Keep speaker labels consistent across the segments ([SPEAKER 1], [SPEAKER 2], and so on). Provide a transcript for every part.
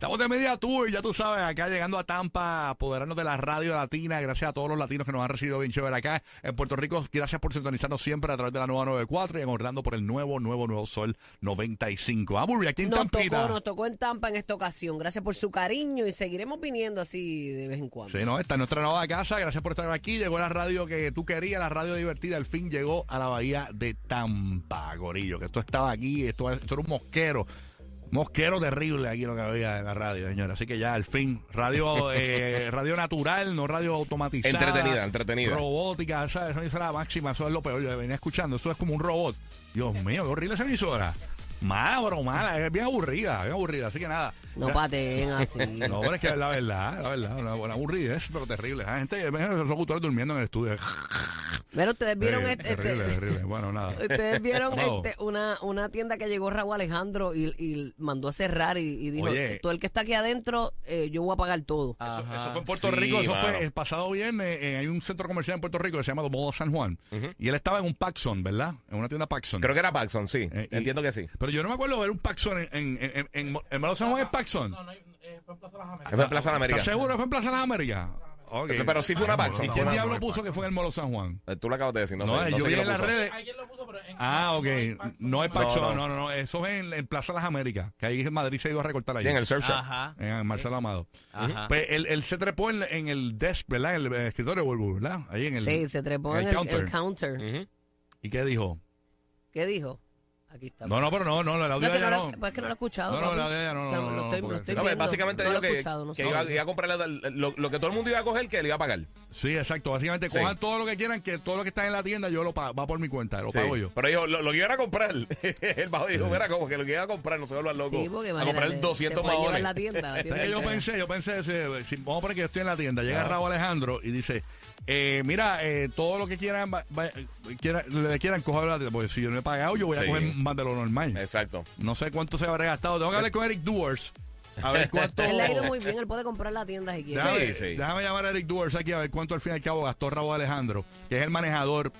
[SPEAKER 1] Estamos de media tour, ya tú sabes, acá llegando a Tampa, apoderarnos de la radio latina. Gracias a todos los latinos que nos han recibido bien chévere acá. En Puerto Rico, gracias por sintonizarnos siempre a través de la nueva 94 y en Orlando por el nuevo, nuevo, nuevo Sol 95. Vamos, aquí en
[SPEAKER 2] Nos
[SPEAKER 1] Tampita.
[SPEAKER 2] tocó, nos tocó en Tampa en esta ocasión. Gracias por su cariño y seguiremos viniendo así de vez en cuando.
[SPEAKER 1] Sí, no, esta es nuestra nueva casa. Gracias por estar aquí. Llegó la radio que tú querías, la radio divertida. Al fin llegó a la bahía de Tampa, Gorillo. Que esto estaba aquí, esto, esto era un mosquero. Mosquero terrible aquí lo que había en la radio, señor. Así que ya, al fin, radio eh, radio natural, no radio automatizada.
[SPEAKER 3] Entretenida, entretenida.
[SPEAKER 1] Robótica, esa, esa emisora era la máxima, eso es lo peor. Yo venía escuchando, eso es como un robot. Dios mío, qué horrible esa emisora. Mala, bro, mala, es bien aburrida, bien aburrida. Así que nada.
[SPEAKER 2] No
[SPEAKER 1] Ya-
[SPEAKER 2] pateen así.
[SPEAKER 1] no, pero es que la verdad, la verdad, una buena aburridez, pero terrible. La gente, los locutores durmiendo en el estudio.
[SPEAKER 2] Pero ustedes vieron
[SPEAKER 1] Eh,
[SPEAKER 2] este-
[SPEAKER 1] terrible,
[SPEAKER 2] este-
[SPEAKER 1] terrible. Bueno, nada.
[SPEAKER 2] ustedes vieron
[SPEAKER 1] No.
[SPEAKER 2] este, una, una tienda que llegó Raúl Alejandro y, y mandó a cerrar y, y dijo,
[SPEAKER 1] Oye. Ah,
[SPEAKER 2] todo el que está aquí adentro, eh, yo voy a pagar todo.
[SPEAKER 1] Eso,
[SPEAKER 3] Ajá.
[SPEAKER 1] eso fue en Puerto
[SPEAKER 3] Sí,
[SPEAKER 1] Rico, eso
[SPEAKER 3] mano.
[SPEAKER 1] fue el pasado viernes. eh, hay un centro comercial en Puerto Rico que se llama Modo San Juan. Y él estaba en un Paxson, ¿verdad? En una tienda Paxson.
[SPEAKER 3] Creo que era Paxson, sí.
[SPEAKER 1] Eh, y-
[SPEAKER 3] Entiendo que sí.
[SPEAKER 1] Pero yo no me acuerdo ver un Paxson en, en, en, en, en Mall of San Juan, ¿es Paxson? Ah,
[SPEAKER 3] Fue en Plaza de América.
[SPEAKER 1] ¿Estás seguro? que ¿Fue en Plaza de las Américas? Ok. Ah,
[SPEAKER 3] Pero- pero sí fue una Paxson.
[SPEAKER 1] ¿Y
[SPEAKER 3] Fue
[SPEAKER 1] quién
[SPEAKER 3] una-
[SPEAKER 1] diablo puso que fue en el Molo San Juan?
[SPEAKER 3] Eh, Tú lo acabas de decir, no,
[SPEAKER 1] No,
[SPEAKER 3] sé.
[SPEAKER 1] eh,
[SPEAKER 3] No
[SPEAKER 1] yo
[SPEAKER 3] sé
[SPEAKER 1] vi
[SPEAKER 3] quién
[SPEAKER 1] en
[SPEAKER 3] lo
[SPEAKER 1] las
[SPEAKER 3] puso.
[SPEAKER 1] redes. Ah, ok. No es Paxson, no,
[SPEAKER 3] No,
[SPEAKER 1] no,
[SPEAKER 3] no.
[SPEAKER 1] no, Eso es en, en Plaza Las Américas, que ahí en Madrid se ha ido a recortar allí.
[SPEAKER 3] Sí, en el Surf Shop.
[SPEAKER 4] Ajá.
[SPEAKER 1] En Marcelo Amado.
[SPEAKER 4] Ajá.
[SPEAKER 1] Pues él, él se trepó en, en el desk, ¿verdad? En el, eh, escritorio, Bulbu, ¿verdad? Ahí en el. Mm.
[SPEAKER 2] sí, se trepó en el, el counter.
[SPEAKER 3] Ujú.
[SPEAKER 1] ¿Y qué dijo?
[SPEAKER 2] ¿Qué dijo? Aquí está.
[SPEAKER 1] No, no, pero no, no, el
[SPEAKER 2] No,
[SPEAKER 1] audio
[SPEAKER 2] es que
[SPEAKER 1] ya
[SPEAKER 2] no
[SPEAKER 1] no.
[SPEAKER 2] lo, es que no lo he escuchado.
[SPEAKER 1] No, no,
[SPEAKER 2] papi.
[SPEAKER 1] la de ella no,
[SPEAKER 2] O sea,
[SPEAKER 1] no, no,
[SPEAKER 2] lo estoy-
[SPEAKER 1] no,
[SPEAKER 2] lo
[SPEAKER 1] porque-
[SPEAKER 2] estoy
[SPEAKER 3] No, pero
[SPEAKER 2] viendo.
[SPEAKER 3] básicamente
[SPEAKER 2] No lo
[SPEAKER 3] dijo
[SPEAKER 2] he
[SPEAKER 3] que,
[SPEAKER 2] escuchado, no
[SPEAKER 3] que
[SPEAKER 2] sé.
[SPEAKER 3] iba, iba a comprar lo, lo que todo el mundo iba a coger, que le iba a pagar.
[SPEAKER 1] Sí, exacto. Básicamente,
[SPEAKER 3] Sí.
[SPEAKER 1] cojan todo lo que quieran, que todo lo que está en la tienda yo lo pago, va por mi cuenta, lo
[SPEAKER 3] Sí.
[SPEAKER 1] pago yo.
[SPEAKER 3] Pero dijo, lo, lo que iba a comprar. el bajo dijo, mira, como que lo que iba a comprar, no se vuelva loco.
[SPEAKER 2] Sí, porque
[SPEAKER 3] a
[SPEAKER 2] imagínate,
[SPEAKER 3] comprar
[SPEAKER 2] se
[SPEAKER 3] 200
[SPEAKER 2] puede llevar
[SPEAKER 3] mahones.
[SPEAKER 2] la tienda, la
[SPEAKER 1] Es
[SPEAKER 2] tienda
[SPEAKER 1] que yo
[SPEAKER 2] entera.
[SPEAKER 1] pensé, yo pensé, eh, si- si- vamos a poner que yo estoy en la tienda, llega Raúl Alejandro y dice, eh, mira, eh, todo lo que quieran, va- va- quiera- le quieran coger la tienda, porque si yo no he pagado, yo voy a
[SPEAKER 3] Sí.
[SPEAKER 1] coger más de lo normal.
[SPEAKER 3] Exacto.
[SPEAKER 1] No sé cuánto se habrá gastado, tengo que hablar con Eric Duers, a ver cuánto...
[SPEAKER 2] Él le ha ido muy bien, él puede comprar la tienda si quiere.
[SPEAKER 1] Déjame,
[SPEAKER 3] Sí, sí.
[SPEAKER 1] déjame llamar a Eric Duers aquí a ver cuánto al fin y al cabo gastó Raúl Alejandro, que es el manejador,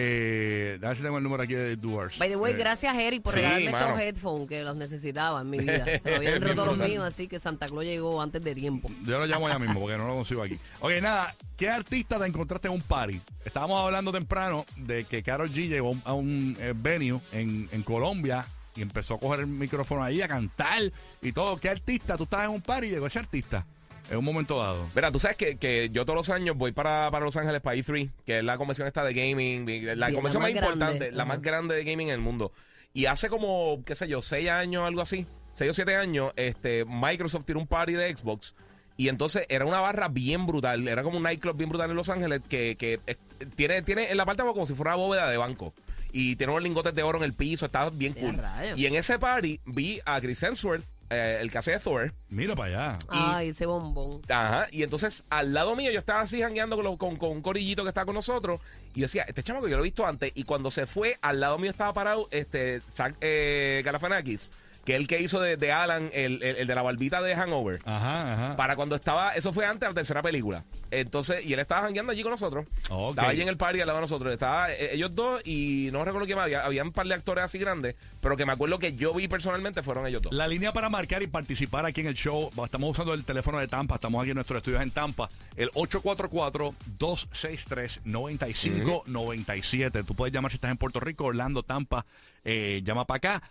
[SPEAKER 1] eh, a ver si tengo el número aquí de Eric Duers.
[SPEAKER 2] By the way,
[SPEAKER 1] Eh,
[SPEAKER 2] gracias Eric por
[SPEAKER 3] sí,
[SPEAKER 2] regalarme estos
[SPEAKER 3] mano.
[SPEAKER 2] headphones que los necesitaba en mi vida. Se me habían
[SPEAKER 3] Bien
[SPEAKER 2] roto los
[SPEAKER 3] brutal.
[SPEAKER 2] míos, así que Santa Claus llegó antes de tiempo.
[SPEAKER 1] Yo lo llamo ya mismo porque no lo consigo aquí. Ok, nada, ¿qué artista te encontraste en un party? Estábamos hablando temprano de que Karol G llegó a un eh, venue en, en Colombia y empezó a coger el micrófono ahí, a cantar y todo. ¿Qué artista? Tú estabas en un party y llegó ese artista en un momento dado.
[SPEAKER 3] Mira, tú sabes que, que yo todos los años voy para, para Los Ángeles para E3, que es la convención esta de gaming, la
[SPEAKER 2] Bien,
[SPEAKER 3] convención
[SPEAKER 2] la más
[SPEAKER 3] más, importante,
[SPEAKER 2] grande.
[SPEAKER 3] la
[SPEAKER 2] Ajá.
[SPEAKER 3] más grande de gaming en el mundo. Y hace como, qué sé yo, seis años, algo así, seis o siete años, este, Microsoft tiró un party de Xbox. Y entonces era una barra bien brutal, era como un nightclub bien brutal en Los Ángeles que, que eh, tiene, tiene en la parte como si fuera una bóveda de banco. Y tiene unos lingotes de oro en el piso, estaba bien
[SPEAKER 2] ¡Qué
[SPEAKER 3] cool.
[SPEAKER 2] rayos!
[SPEAKER 3] Y en ese party vi a Chris Hemsworth, eh, el que hace de Thor,
[SPEAKER 1] Mira para allá.
[SPEAKER 2] Ay, ese bombón.
[SPEAKER 3] Ajá, y entonces al lado mío yo estaba así jangueando con, lo- con, con un corillito que estaba con nosotros y yo decía, este chamaco yo lo he visto antes y cuando se fue, al lado mío estaba parado este Zach eh, Galifianakis, que es el que hizo de, de Alan, el, el- el de la barbita de Hangover.
[SPEAKER 1] Ajá, ajá.
[SPEAKER 3] Para cuando estaba, eso fue antes de la tercera película. Entonces, y él estaba jangueando allí con nosotros.
[SPEAKER 1] Ok.
[SPEAKER 3] Estaba allí en el party al lado de nosotros. Estaba eh, ellos dos y no recuerdo quién más. Había, había un par de actores así grandes, pero que me acuerdo que yo vi personalmente fueron ellos dos.
[SPEAKER 1] La línea para marcar y participar aquí en el show, estamos usando el teléfono de Tampa, estamos aquí en nuestros estudios en Tampa, el 844-263-9597. Tú puedes llamar si estás en Puerto Rico, Orlando, Tampa, eh, llama para acá.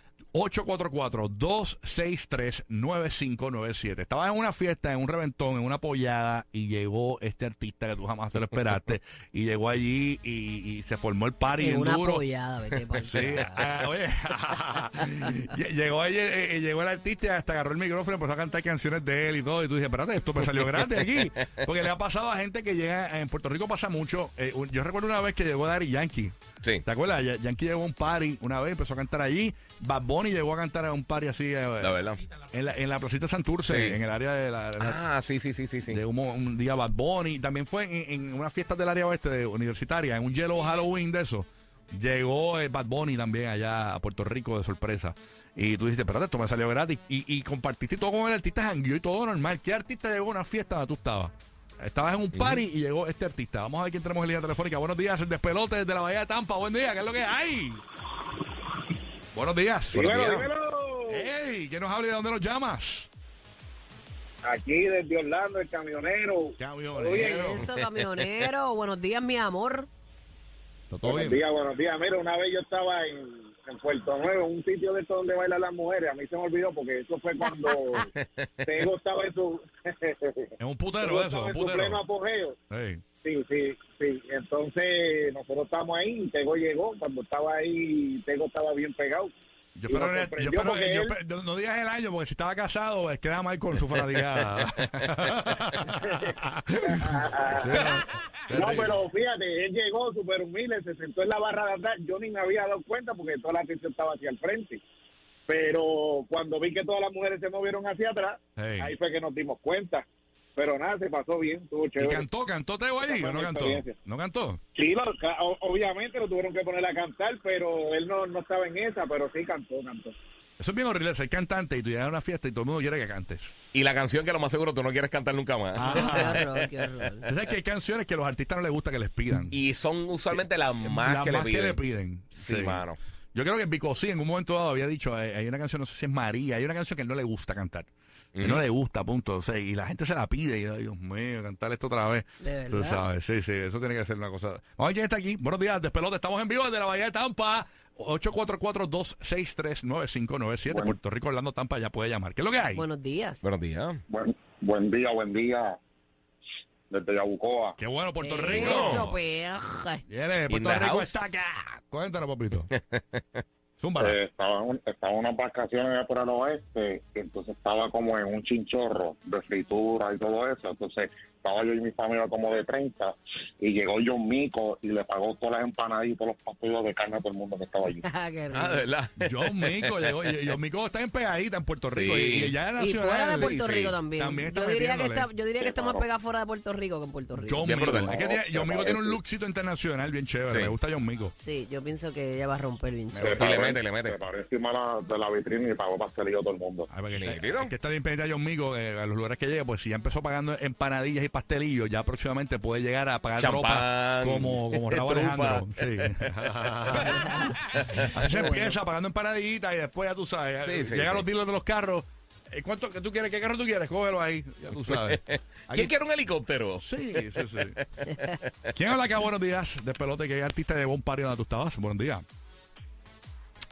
[SPEAKER 1] 844-263-9597. Estabas en una fiesta, en un reventón, en una pollada y llegó este artista que tú jamás te lo esperaste y llegó allí y, y se formó el party
[SPEAKER 2] En
[SPEAKER 1] bien
[SPEAKER 2] una
[SPEAKER 1] duro.
[SPEAKER 2] apoyada, vete pa'l
[SPEAKER 1] Sí,
[SPEAKER 2] carajo.
[SPEAKER 1] ah, oye, lle- llegó, ahí, eh, eh, llegó el artista y hasta agarró el micrófono y empezó a cantar canciones de él y todo. Y tú dices, espérate, esto me salió gratis aquí. Porque le ha pasado a gente que llega, en Puerto Rico pasa mucho. Eh, un- yo recuerdo una vez que llegó Daddy Yankee.
[SPEAKER 3] Sí.
[SPEAKER 1] ¿Te acuerdas? Ya- Yankee llegó a un party una vez, empezó a cantar allí. Bad Bunny llegó a cantar a un party así. eh,
[SPEAKER 3] La verdad.
[SPEAKER 1] En la, en la placita Santurce,
[SPEAKER 3] Sí.
[SPEAKER 1] en el área de la... de la-
[SPEAKER 3] Ah, sí, sí, sí, sí, sí.
[SPEAKER 1] de un, un día Bad Bunny. También fue en, en una fiesta del área oeste de- universitaria, en un Yellow Halloween de eso. Llegó eh, Bad Bunny también allá a Puerto Rico de sorpresa. Y tú dijiste, espérate, esto me salió gratis. Y, y compartiste todo con el artista, jangueó y todo normal. ¿Qué artista llegó a una fiesta donde tú estabas? Estabas en un party y llegó este artista. Vamos a ver quién tenemos en línea telefónica. Buenos días, el despelote desde la Bahía de Tampa. Buen día, ¿qué es lo que hay? Buenos días.
[SPEAKER 3] Buenos
[SPEAKER 4] Dímelo,
[SPEAKER 3] días.
[SPEAKER 4] dímelo.
[SPEAKER 1] ¡Ey! ¿Quién nos habla y de dónde nos llamas?
[SPEAKER 4] Aquí desde Orlando, el camionero.
[SPEAKER 1] Camionero.
[SPEAKER 4] Oye,
[SPEAKER 2] Eso, camionero. Buenos días, mi amor.
[SPEAKER 1] ¿Está todo
[SPEAKER 4] Buenos
[SPEAKER 1] bien?
[SPEAKER 4] días, buenos días. Mira, una vez yo estaba en, en Puerto Nuevo, un sitio de estos donde bailan las mujeres. A mí se me olvidó porque eso fue cuando Tego estaba en su,
[SPEAKER 1] Es un
[SPEAKER 4] Tego
[SPEAKER 1] putero eso,
[SPEAKER 4] estaba
[SPEAKER 1] un
[SPEAKER 4] en su pleno
[SPEAKER 1] putero.
[SPEAKER 4] apogeo.
[SPEAKER 1] Ey.
[SPEAKER 4] Sí, sí, sí. Entonces nosotros estábamos ahí, Tego llegó. Cuando estaba ahí, Tego estaba bien pegado.
[SPEAKER 1] Yo
[SPEAKER 4] Y nos
[SPEAKER 1] espero, que- yo
[SPEAKER 4] sorprendió
[SPEAKER 1] espero
[SPEAKER 4] porque
[SPEAKER 1] que- yo
[SPEAKER 4] él-
[SPEAKER 1] espe- no- no digas el año, porque si estaba casado, eh, queda mal con su fanaticada.
[SPEAKER 3] Ah.
[SPEAKER 1] Sí, no,
[SPEAKER 4] No,
[SPEAKER 1] terrible.
[SPEAKER 4] pero fíjate, él llegó súper humilde, se sentó en la barra de atrás. Yo ni me había dado cuenta porque toda la atención estaba hacia el frente. Pero cuando vi que todas las mujeres se movieron hacia atrás,
[SPEAKER 1] Hey.
[SPEAKER 4] ahí fue que nos dimos cuenta. Pero nada, se pasó bien, estuvo
[SPEAKER 1] ¿Y
[SPEAKER 4] chévere.
[SPEAKER 1] cantó, cantó Teo ahí o
[SPEAKER 4] Esa fue
[SPEAKER 1] no
[SPEAKER 4] mi
[SPEAKER 1] cantó?
[SPEAKER 4] experiencia.
[SPEAKER 1] ¿No cantó?
[SPEAKER 4] Sí, lo- ca- o- obviamente lo tuvieron que poner a cantar, pero él no, no estaba en esa, pero sí cantó, cantó.
[SPEAKER 1] Eso es bien horrible, ser cantante y tú llegas a una fiesta y todo el mundo quiere que cantes.
[SPEAKER 3] Y la canción que lo más seguro tú no quieres cantar nunca más.
[SPEAKER 1] Ah.
[SPEAKER 2] Qué horror, qué horror.
[SPEAKER 1] Tú sabes que hay canciones que a los artistas no les gusta que les pidan.
[SPEAKER 3] Y son usualmente las más,
[SPEAKER 1] Eh, Las
[SPEAKER 3] que,
[SPEAKER 1] más
[SPEAKER 3] le piden.
[SPEAKER 1] que le piden.
[SPEAKER 3] Sí, mano.
[SPEAKER 1] Yo creo que Vico sí, en un momento dado había dicho, eh, hay una canción, no sé si es María, hay una canción que él no le gusta cantar. Que
[SPEAKER 3] Ujú.
[SPEAKER 1] no le gusta, punto. O sea, y la gente se la pide. Y yo, Dios mío, cantar esto otra vez.
[SPEAKER 2] De verdad.
[SPEAKER 1] Tú sabes, sí, sí, eso tiene que ser una cosa. Vamos a ver quién está aquí. Buenos días, despelote. Estamos en vivo desde la Bahía de Tampa. 844-263-9597. Puerto Rico, Orlando, Tampa, ya puede llamar. ¿Qué es lo que hay?
[SPEAKER 2] Buenos días.
[SPEAKER 3] Buenos días.
[SPEAKER 5] Buen, buen día, buen día. Desde Yabucoa.
[SPEAKER 1] Qué bueno, Puerto Rico.
[SPEAKER 2] Eh, Eso, pues. peje.
[SPEAKER 1] Viene, Puerto
[SPEAKER 3] the
[SPEAKER 1] Rico
[SPEAKER 3] house.
[SPEAKER 1] está acá. Cuéntanos, papito. Zúmbala.
[SPEAKER 5] Eh, estaba, en un- estaba en unas vacaciones allá por el oeste, y entonces estaba como en un chinchorro de fritura y todo eso. Entonces estaba yo y mi familia como de 30 y llegó John Mico y le pagó todas las empanadas y todos los pasteles de carne a todo el mundo que estaba allí.
[SPEAKER 2] Qué
[SPEAKER 3] Ah, de
[SPEAKER 2] rico.
[SPEAKER 3] verdad.
[SPEAKER 1] John Mico llegó. y- John Mico está en pegadita en Puerto Rico.
[SPEAKER 3] Sí.
[SPEAKER 1] Y, y ya en la
[SPEAKER 2] Y
[SPEAKER 1] ciudad
[SPEAKER 2] fuera de Puerto
[SPEAKER 3] sí,
[SPEAKER 2] Rico
[SPEAKER 3] sí.
[SPEAKER 2] también.
[SPEAKER 1] También está
[SPEAKER 2] yo, diría que
[SPEAKER 1] metiéndole.
[SPEAKER 2] está, yo diría que está más
[SPEAKER 5] Claro.
[SPEAKER 2] pegada fuera de Puerto Rico que en Puerto Rico.
[SPEAKER 1] John
[SPEAKER 3] Bien
[SPEAKER 1] Mico.
[SPEAKER 3] brutal.
[SPEAKER 1] Es que tiene- John Mico tiene un lookcito internacional bien chévere.
[SPEAKER 3] Sí.
[SPEAKER 1] Me gusta John Mico.
[SPEAKER 2] Sí, yo pienso que ella va a romper bien. chévere.
[SPEAKER 3] Y le mete, le mete.
[SPEAKER 5] Se paró encima la- de la vitrina y pagó pastelillo a todo el mundo.
[SPEAKER 1] Ah, porque está-
[SPEAKER 3] Nítido.
[SPEAKER 1] hay que estar bien pendiente a John Mico eh, a los lugares que llegue, pues si ya empezó pagando empanadillas y pastelillos, ya próximamente puede llegar a pagar ropa
[SPEAKER 3] Champán.
[SPEAKER 1] como, como Raúl
[SPEAKER 3] Trufa.
[SPEAKER 1] Alejandro. Sí. Así se empieza pagando empanaditas y después ya tú sabes,
[SPEAKER 3] Sí,
[SPEAKER 1] eh,
[SPEAKER 3] sí,
[SPEAKER 1] llegan
[SPEAKER 3] sí.
[SPEAKER 1] los dealers de los carros. Eh, ¿Cuánto que tú quieres? ¿Qué carro tú quieres? Cógelo ahí, ya tú sabes.
[SPEAKER 3] ¿Quién quiere un helicóptero?
[SPEAKER 1] Sí, sí, sí. ¿Quién habla acá? Buenos días, despelote, que hay artista de Bon Pario donde tú estabas. Buenos días.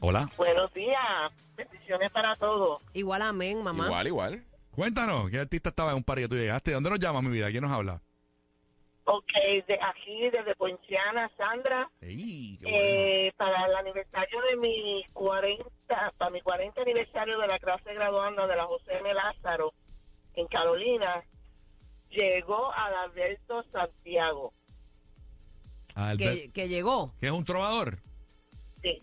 [SPEAKER 1] Hola.
[SPEAKER 6] Buenos días, bendiciones para todos.
[SPEAKER 2] Igual amén, mamá.
[SPEAKER 3] Igual, igual. Eh,
[SPEAKER 1] Cuéntanos, ¿qué artista estaba en un pario tú llegaste? ¿De dónde nos llamas, mi vida? ¿Quién nos habla?
[SPEAKER 6] Ok, de aquí, desde Ponciana, Sandra,
[SPEAKER 1] Ey, qué
[SPEAKER 6] eh, para el aniversario de mi 40, para mi 40 aniversario de la clase graduanda de la José M. Lázaro en Carolina, llegó Adalberto Santiago.
[SPEAKER 1] Albert,
[SPEAKER 2] Que, que llegó.
[SPEAKER 1] que es un trovador.
[SPEAKER 6] Sí.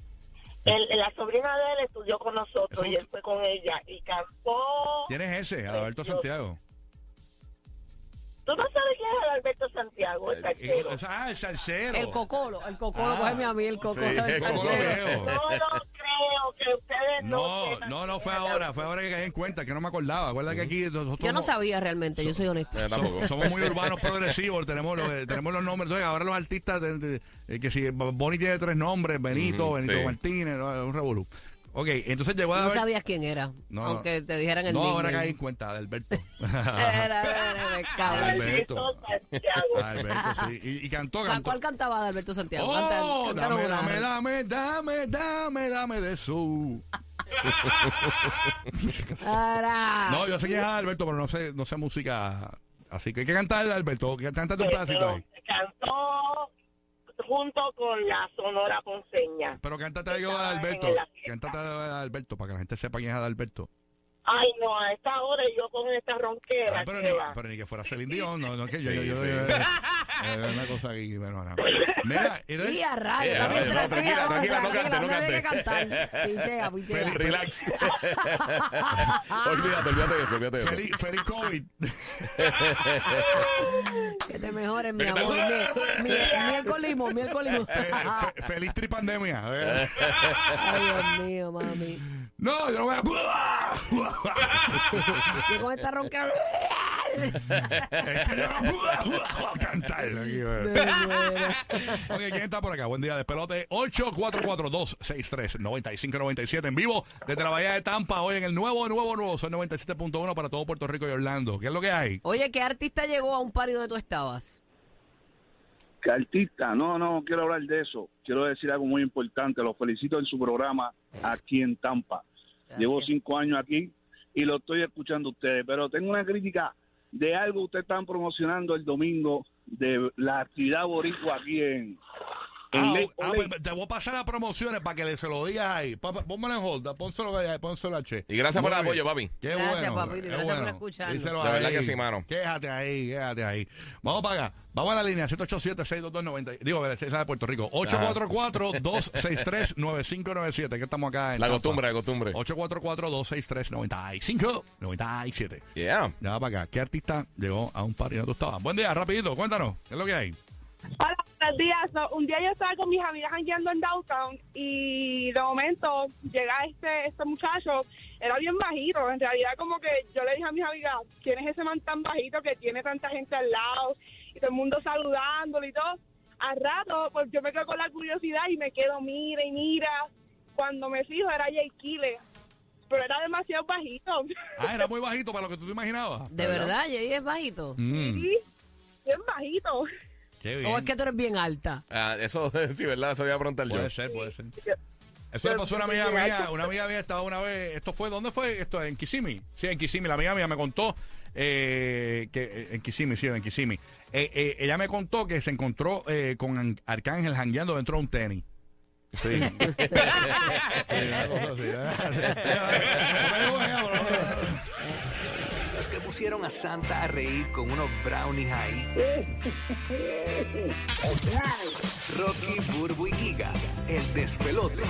[SPEAKER 6] Él- la sobrina de él estudió con nosotros
[SPEAKER 1] Es un-
[SPEAKER 6] y él fue con ella y cantó.
[SPEAKER 1] ¿Quién es ese? Adalberto
[SPEAKER 6] Precioso.
[SPEAKER 1] Santiago.
[SPEAKER 6] ¿Tú no sabes quién es Adalberto Santiago? El
[SPEAKER 1] Eh,
[SPEAKER 6] salsero.
[SPEAKER 1] o sea, Ah, el salsero.
[SPEAKER 2] El cocolo. El cocolo,
[SPEAKER 1] Ah,
[SPEAKER 2] cógeme a mí, el cocolo.
[SPEAKER 1] sí,
[SPEAKER 2] del
[SPEAKER 1] el cocolo
[SPEAKER 2] salsero.
[SPEAKER 1] viejo.
[SPEAKER 6] No lo creo que ustedes no.
[SPEAKER 1] No,
[SPEAKER 6] sepan
[SPEAKER 1] no, no
[SPEAKER 6] quién
[SPEAKER 1] fue
[SPEAKER 6] es
[SPEAKER 1] ahora, fue ahora que caí en cuenta, que no me acordaba. Acuérdate que aquí nosotros
[SPEAKER 2] Yo no
[SPEAKER 1] somos-
[SPEAKER 2] sabía realmente, yo soy honesta.
[SPEAKER 3] Eh, tampoco.
[SPEAKER 1] so- somos muy urbanos progresivos, tenemos los, eh, tenemos los nombres. Entonces, ahora los artistas, de- de- eh, que si Bonnie tiene tres nombres, Benito,
[SPEAKER 3] Ujú,
[SPEAKER 1] Benito
[SPEAKER 3] sí.
[SPEAKER 1] Martínez, no, es un revolú. Ok, entonces llegó
[SPEAKER 2] No
[SPEAKER 1] Adalberto.
[SPEAKER 2] sabías quién era,
[SPEAKER 1] No,
[SPEAKER 2] aunque te dijeran el
[SPEAKER 1] No,
[SPEAKER 2] nickname.
[SPEAKER 1] ahora caí en cuenta, Adalberto.
[SPEAKER 2] Era, era, era, era, cabrón.
[SPEAKER 1] Alberto.
[SPEAKER 6] Santiago.
[SPEAKER 1] Ah, Alberto, sí. Y, y cantó,
[SPEAKER 2] ¿Cuál-
[SPEAKER 1] cantó.
[SPEAKER 2] ¿Cuál cantaba Alberto Santiago? Canta-
[SPEAKER 1] Oh,
[SPEAKER 2] cántanos
[SPEAKER 1] dame,
[SPEAKER 2] una.
[SPEAKER 1] dame, dame, dame, dame, dame de su.
[SPEAKER 2] Ara.
[SPEAKER 1] No, yo sé quién es Alberto, pero no sé, no sé música. Así que hay que cantar, Alberto. Que cántate un pedacito ahí.
[SPEAKER 6] Cantó junto con la Sonora Ponceña.
[SPEAKER 1] Pero cántate algo de
[SPEAKER 6] Estaba en
[SPEAKER 1] Alberto.
[SPEAKER 6] la fiesta.
[SPEAKER 1] Cántate algo de Alberto para que la gente sepa quién es Adalberto.
[SPEAKER 6] Ay, no, a esta hora yo con esta ronquera.
[SPEAKER 1] Ah, pero,
[SPEAKER 6] que
[SPEAKER 1] ni,
[SPEAKER 6] va.
[SPEAKER 1] pero ni que fuera Celine Dion, no, no es que yo,
[SPEAKER 3] Sí,
[SPEAKER 1] yo, yo,
[SPEAKER 3] sí.
[SPEAKER 1] yo- yo- yo- una cosa aquí, bueno, no. Mira, entonces-
[SPEAKER 2] Y a rayos,
[SPEAKER 3] Eh,
[SPEAKER 2] también
[SPEAKER 3] rayos, no,
[SPEAKER 2] tranquila, tranquila,
[SPEAKER 3] tranquila, no cante, no
[SPEAKER 2] no había que
[SPEAKER 3] cante.
[SPEAKER 2] cantar. Pichea,
[SPEAKER 3] Feliz,
[SPEAKER 2] pichea.
[SPEAKER 3] relax. olvídate, olvídate de eso, olvídate de eso.
[SPEAKER 1] feliz, feliz COVID.
[SPEAKER 2] Que te mejores, mi amor. Miel, miel, miel con limón, miel con limón.
[SPEAKER 1] Fe- fe- feliz tripandemia. A ver.
[SPEAKER 2] Ay, Dios mío, mami.
[SPEAKER 1] No, yo no voy a.
[SPEAKER 2] Yo con esta ronca
[SPEAKER 1] Es que yo no puedo cantar aquí,
[SPEAKER 2] me
[SPEAKER 1] bueno.
[SPEAKER 2] muero.
[SPEAKER 1] Ok, ¿quién está por acá? Buen día, despelote. 8442-639597 en vivo desde la Bahía de Tampa. Hoy en el nuevo, nuevo, nuevo. Son 97.1 para todo Puerto Rico y Orlando. ¿Qué es lo que hay?
[SPEAKER 2] Oye, ¿qué artista llegó a un party donde tú estabas?
[SPEAKER 7] que artista, no, no quiero hablar de eso. Quiero decir algo muy importante. Los felicito en su programa aquí en Tampa. Llevo cinco años aquí y lo estoy escuchando a ustedes. Pero tengo una crítica de algo que ustedes están promocionando el domingo de la actividad boricua aquí en, en
[SPEAKER 1] Ah,
[SPEAKER 7] Lake
[SPEAKER 1] ah,
[SPEAKER 7] Olay.
[SPEAKER 1] pues, te voy a pasar las promociones para que le se lo digas ahí. Pa- pa- Pónmelo en hold, pónselo ahí, pónselo a Che.
[SPEAKER 3] Y gracias por el
[SPEAKER 1] Muy bien.
[SPEAKER 3] apoyo, papi.
[SPEAKER 1] Qué
[SPEAKER 2] Gracias,
[SPEAKER 1] bueno,
[SPEAKER 2] papito,
[SPEAKER 1] qué
[SPEAKER 2] gracias por escucharnos.
[SPEAKER 1] Díselo
[SPEAKER 3] De verdad
[SPEAKER 1] ahí.
[SPEAKER 3] que sí, mano.
[SPEAKER 1] Quédate ahí, quédate ahí. Vamos para acá. Vamos a la línea 787-622-90. Digo, esa es la de Puerto Rico. 844-263-9597. Que estamos acá en
[SPEAKER 3] La
[SPEAKER 1] Tampa.
[SPEAKER 3] costumbre, la costumbre.
[SPEAKER 1] 844-263-9597.
[SPEAKER 3] Yeah.
[SPEAKER 1] Ya va para acá. ¿Qué artista llegó a un party donde tú estabas? Buen día, rapidito, cuéntanos. ¿Qué es lo que hay?
[SPEAKER 8] Hola, buenos días. So, un día yo estaba con mis amigas jangueando en downtown y de momento llega este, este muchacho, era bien bajito, en realidad como que yo le dije a mis amigas, ¿quién es ese man tan bajito que tiene tanta gente al lado y todo el mundo saludándolo y todo? Al rato, pues yo me quedo con la curiosidad y me quedo, mira y mira. Cuando me fijo era Jay Kille, pero era demasiado bajito.
[SPEAKER 1] Ah, era muy bajito para lo que tú te imaginabas.
[SPEAKER 2] ¿De verdad, Jay es bajito?
[SPEAKER 1] Mm,
[SPEAKER 8] Sí, bien bajito.
[SPEAKER 1] qué bien.
[SPEAKER 2] ¿O Oh, es que tú eres bien alta?
[SPEAKER 3] Ah, eso, sí, ¿verdad? Eso voy a preguntar yo.
[SPEAKER 1] Puede ser, puede ser. Eso le pasó a una amiga mía, una amiga mía estaba una vez, esto fue, ¿dónde fue esto? En Kissimmee, sí, en Kissimmee, la amiga mía me contó eh, que, eh, en Kissimmee, sí, en Kissimmee, Eh, eh, ella me contó que se encontró eh, con An- Arcángel jangueando dentro de un tenis. Sí. Sí, una cosa así, ¿eh?
[SPEAKER 9] Los que pusieron a Santa a reír con unos brownies ahí. Rocky, Burbu y Giga, el despelote.